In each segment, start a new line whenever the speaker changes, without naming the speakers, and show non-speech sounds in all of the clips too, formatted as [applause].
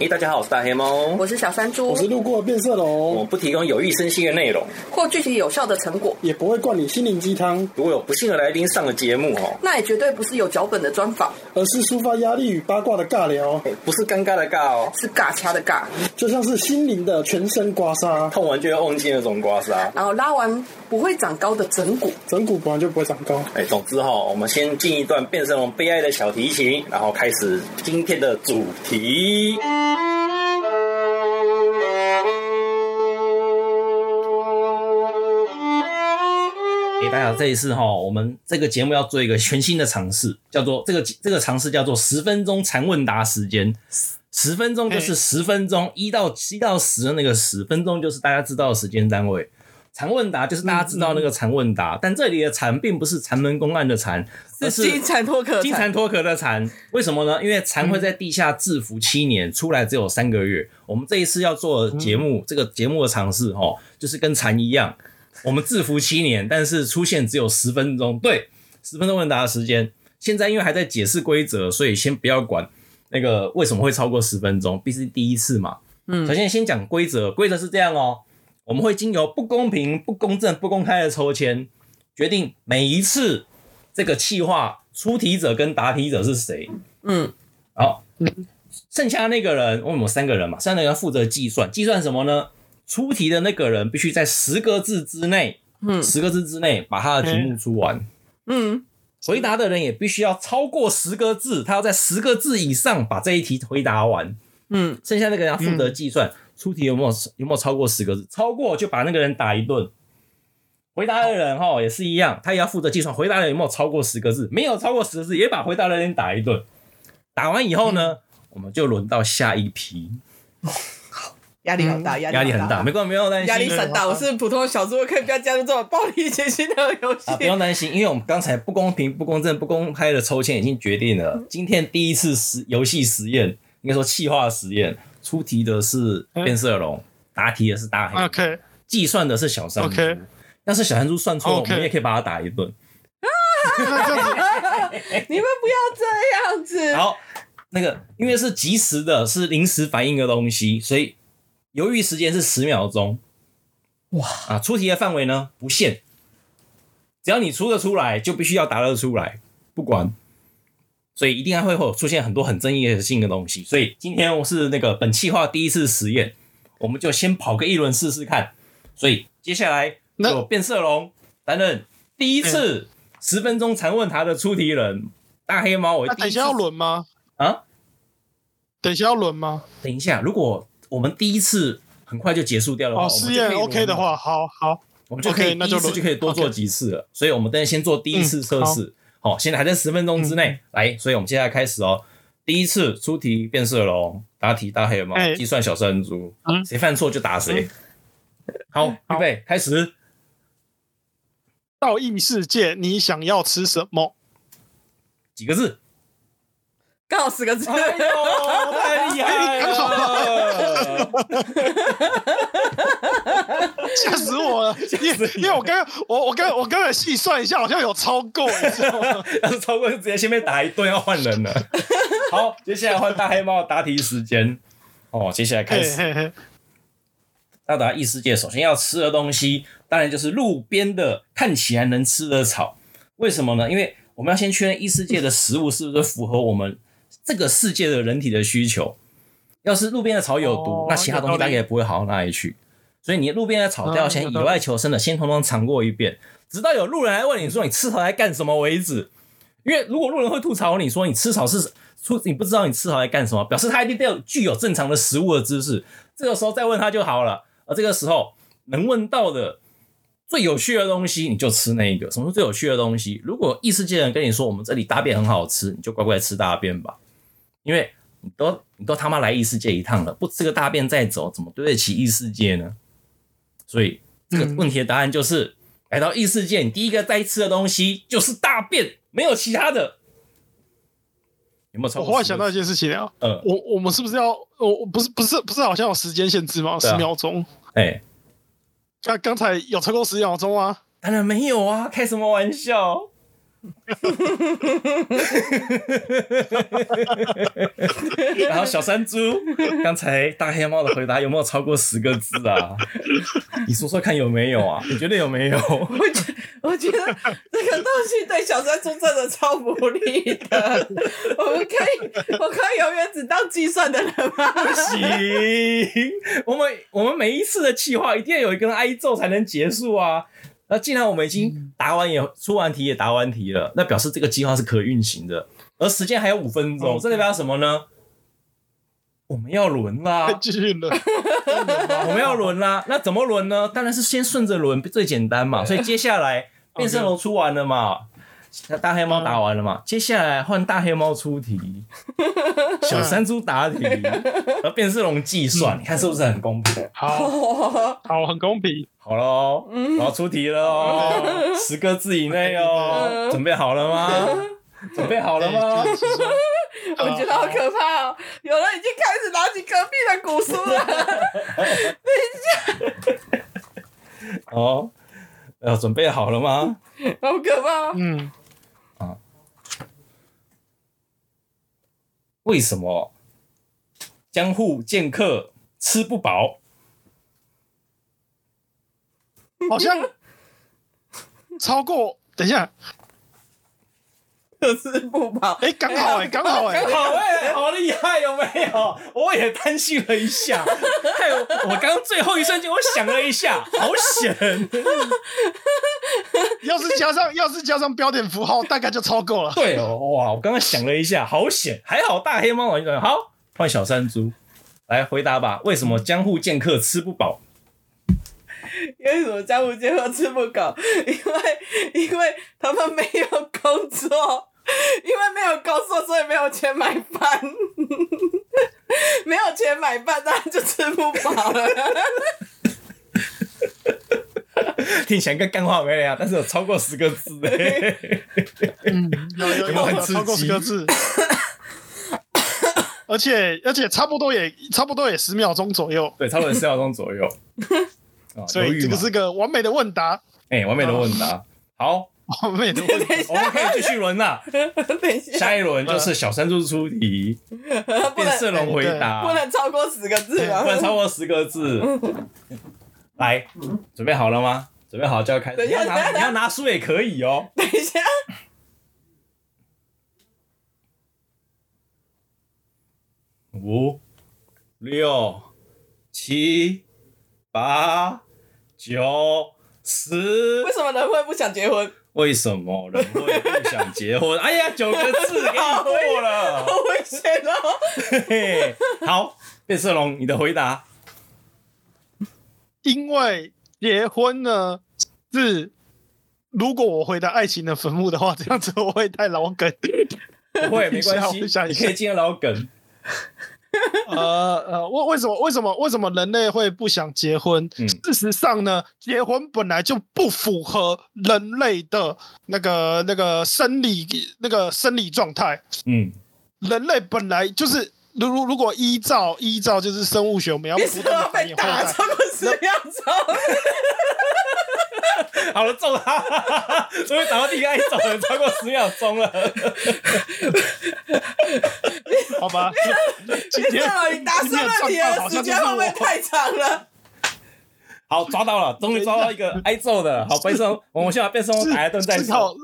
哎、大家好，我是大黑猫。
我是小山猪
我，是路过的变色
我
哦
龙，
不提供有益身心的内容。
或具体有效的成果，
也不会灌你心灵鸡汤，
如果有不幸的来宾上了节目哦，
那也绝对不是有脚本的专访，
而是抒发压力与八卦的尬聊，
哎不是尴尬的尬哦，
是尬掐的尬，
就像是心灵的全身刮痧。
痛完就要忘记那种刮痧。
然后拉完不会长高的整骨。
整骨本来就不会长高，
哎，总之哈、哦，我们先进一段变身龙悲哀的小提琴，然后开始今天的主题。
给大家这一次哈，我们这个节目要做一个全新的尝试，叫做这个这个尝试叫做十分钟长问答时间。十分钟就是十分钟，一到一到十的那个十分钟就是大家知道的时间单位。长问答就是大家知道那个长问答，但这里的长并不是禅门公案的禅，而呃是
金蝉脱壳，
金蝉脱壳的蝉，为什么呢？因为蝉会在地下制服七年，出来只有三个月。我们这一次要做的节目，这个节目的尝试哦，就是跟蝉一样，我们制服七年，但是出现只有十分钟，对，十分钟问答的时间。现在因为还在解释规则，所以先不要管那个为什么会超过十分钟，毕竟是第一次嘛。嗯，首先先讲规则，规则是这样哦，我们会经由不公平、不公正、不公开的抽签，决定每一次这个气话出题者跟答题者是谁。
嗯，
好，剩下那个人，我们有三个人嘛，三个人要负责计算，计算什么呢？出题的那个人必须在十个字之内，
嗯
十个字之内把他的题目出完。
嗯，
回答的人也必须要超过十个字，他要在十个字以上把这一题回答完。
嗯，
剩下那个人要负责计算、出题有没有有没有超过十个字，超过就把那个人打一顿。回答的人哈也是一样，他也要负责计算回答的人有没有超过十个字，没有超过十个字也把回答的人打一顿。打完以后呢，我们就轮到下一批，
压力好大，压
嗯
力
压力很大，没关系，不用担
压力
心。
山大。我是普通的小猪，可以不要加入这种暴力血腥的游戏
啊，。不用担心，因为我们刚才不公平、不公正、不公开的抽签已经决定了。今天第一次实游戏实验，应该说气化实验，出题的是变色龙，答题的是大黑，
OK，
计算的是小山猪
啊 OK。
要是小山猪算错，我
OK
们也可以把他打一顿。
那这样子
你们不要这样子。
然后那个因为是及时的，是临时反应的东西，所以犹豫时间是十秒钟。哇啊！出题的范围呢不限，只要你出得出来，就必须要答得出来，不管。所以一定还会会有出现很多很争议性的东西。所以今天我是那个本企划第一次实验，我们就先跑个一轮试试看。所以接下来
那
有变色龙担任第一次十分钟长问答的出题人，大黑猫为
那
第
等
一
一
次
下要轮吗？
啊，
等一下要轮吗？
等一下，如果我们第一次很快就结束掉的话，
哦，
我们
试
就可以啊
验 OK 的话，好好，
我们就可以
OK，那
第一
就
次
轮
就可以多做
OK 嗯
几次了。所以我们等下先做第一次测试。好，现在还在十分钟之内来，所以我们现在开始哦。第一次出题变色龙，答题大黑猫，
哎
计算小山猪，
嗯哎
谁犯错就打谁。好，预备开始。
到异世界你想要吃什么？ [laughs]
几个字？
刚好十个字，
哎
太厉害 [laughs] 了！
吓死我了！因为因为我刚刚我我刚我刚才细算一下，好像有超过，你知
[laughs]
道吗？
要是超过，就直接先被打一顿，要换人了。好，接下来换大黑猫的答题时间。哦，接下来开
嘿
始。
嘿嘿，
到达异世界，首先要吃的东西，当然就是路边的看起来能吃的草。为什么呢？因为我们要先确认异世界的食物是不是符合我们这个世界的人体的需求。要是路边的草有毒，
哦
那其他东西大概也不会好到哪里去。所以你路边的草都要先
嗯有
野
道理
外求生的，先通通尝过一遍，直到有路人来问你说你吃草在干什么为止。因为如果路人会吐槽你说你吃草是出你不知道你吃草在干什么，表示他一定得有具有正常的食物的知识。这个时候再问他就好了。而这个时候能问到的最有趣的东西，你就吃那一个。什么是最有趣的东西？如果异世界人跟你说我们这里大便很好吃，你就乖乖吃大便吧，因为你都你都他妈来异世界一趟了，不吃个大便再走，怎么对得起异世界呢？所以这
嗯
个问题的答案就是，来到异世界，你第一个该吃的东西就是大便，没有其他的。有没有超
我
过？
忽然想到一，件事情啊，
呃，
我我们是不是要我我不是不是不是好像有时间限制吗？
对啊
十秒钟。
哎、
刚刚才有超过十秒钟吗？
当然没有啊，开什么玩笑？然后小山猪，刚才大黑猫的回答有没有超过十个字啊？你说说看有没有啊？你觉得有没有？
我觉我觉得这个东西对小山猪真的超不利
[laughs]
的。我们可以，我可以永远只当计算的人吗？
行，我们我们每一次的计划一定要有一个人挨揍才能结束啊。那既然我们已经答完也出完题也答完题了，那表示这个计划是可运行的，而时间还有五分钟，这代表什么呢？我们要轮啦，
继续 [laughs] 了，
我们要哦轮啦。那怎么轮呢？当然是先顺着轮最简单嘛。所以接下来变身楼出完了嘛，那大黑猫打完了嘛，接下来换大黑猫出题，小山猪答题，然后变色龙计算，你看是不是很公平？
好 [laughs] 好，很公平。
好喽，我要出题了哦，十个字以内哦，准备好了吗？准备好了吗？
哎？继续 [laughs] 说
啊
呃
我觉得好可怕哦！有人已经开始拿起隔壁的古书
啊
了。
哦，呃，准备好了吗？
好可怕！哦
嗯，
为什么江户剑客吃不饱？
好像超过。等一下，
可是不饱，
哎，刚好哎，刚好哎，
好哎、好厉害，有没有？我也担心了一下， [laughs] 害我我刚刚最后一瞬间我想了一下，好险！
要是加上要是加上标点符号，大概就超过了。
对哦， [laughs] 哇，我刚刚想了一下，好险，还好大黑猫玩转好，换小山猪来回答吧，为什么江户剑客吃不饱？
因为什么江湖结合吃不够？因为因为他们没有工作，因为没有工作，所以没有钱买
[laughs]
饭，没有钱买饭，当然就吃不饱了。
[laughs] 听起来跟干话没两样，但是有超过十个
[laughs]
字哎。
嗯， [laughs] 有有
有没有
有
很
有
刺
超过
激
十个字， [laughs] 而且而且差不多也差不多也十秒钟左右，
对，差不多四秒钟左右。啊
所以这个是啊个完美的问答，
哎、完美的问答。好，
完美的问答。
我们可以继续轮
[laughs]
了。
等一下，
下一轮就是小山猪出题，
不
变
能
色龙回答，
不能超过十个字
不能
啊！
超过十个字。来，准备好了吗？准备好就要开始。
等一
你
下
要拿
等一下
你要拿书也可以哦。
等一下，
五、六、七、八、九、十
为。什么人会不想结婚？ [laughs]
为什么人会不想结婚？哎呀，九个字给你过了。
好危险哦！
嘿，好，变色龙，你的回答
因为结婚呢是，如果我回答爱情的坟墓的话，这样子我会太老梗。
不会没关
我
系，
想一下
你可以进老梗。
[laughs] 呃呃，为为什么为什么为什么人类会不想结婚？
嗯
事实上呢，结婚本来就不符合人类的那个那个生理那个生理状态。
嗯，
人类本来就是，如如如果依照依照就是生物学，我们
[laughs]
要
你
不
啊
是
断
要
的繁
被
衍
打
后代。
超过十秒钟？
好了， [laughs] 揍他！终于找到第一个挨揍的人，超过十秒钟了。
好吧，今天
变色龙，你打
今
三
天
了
状况好
你的时
像
间会不会
就是我
太长了？
好，抓到了，终于抓到一个挨揍的。好，变色龙，我们先把变色龙打一哦顿再
思
说
考。，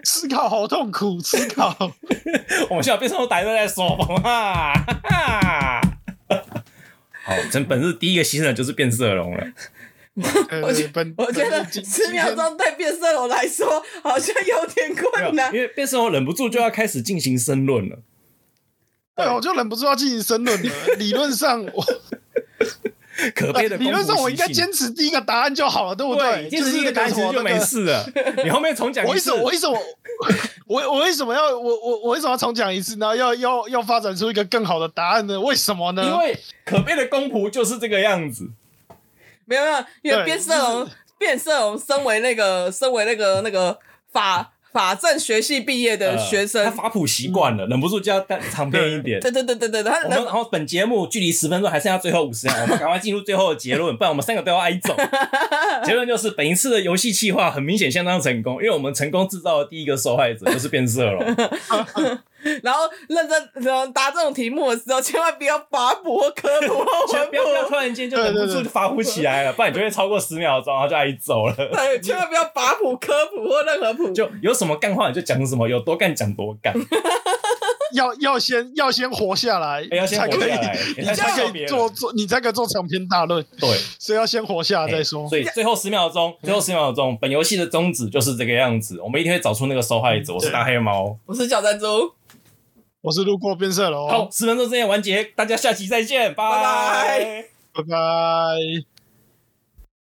[laughs] 思考好痛苦，思
[laughs]
考。
我们先把变色龙打一顿再说。哈哈哈！好，真本日第一个牺牲的就是变色龙了。
呃
我觉
本
我觉得
本今
十秒钟对变色龙来说好像有点
没有
困难
因。为变色龙忍不住就要开始进行申论了。
对，我就忍不住要进行申论了。理论上，
[laughs]
我
可悲的公仆习性，
理论上我应该坚持第一个答案就好了，对不
对，
就
坚持
是
一个答案其实就没。事了。你后面重讲
我
一
为什
次，
么？我为什么？我我为什么要我我我为什么要重讲一次呢？要要要发展出一个更好的答案呢？为什么呢？
因为可悲的公仆就是这个样子。
没有没有，因为
对
变色龙，变色龙身为那个身为那个那个法法政学系毕业的学生，
呃他法普习惯了，忍不住就要带长篇一点。
对对对对对，他
我们然后本节目距离十分钟还剩下最后五十秒，我们赶快进入最后的结论，不然我们三个都要挨揍。结论就是本一次的游戏企划很明显相当成功，因为我们成功制造了第一个受害者就是变色龙。
然后认真然后答这种题目的时候，千万不要拔博科
[laughs]
普或
千万
文
不要不要突
博，
然间就忍不住发呼起来了，不然你就会超过十秒钟，然后就挨揍了。
[laughs] 对，千万不要拔普科普或任何普。
就有什么干话你就讲什么，有多干讲多干，
要要先要先活下来，
哎要先
才
活
可以
下来，
你
才
才
笑
可
别
以
人
做做，你才可以做长篇大论，
对。
所以要先活下来再说
哎所。以最后十秒钟，最后十秒钟，本游戏的宗旨就是这个样子。我们一定会找出那个受害者。我是大黑猫。
我是小珍珠，
我是路过变色龙，
好，十分钟之内完结，大家下期再见，拜
拜拜
拜拜。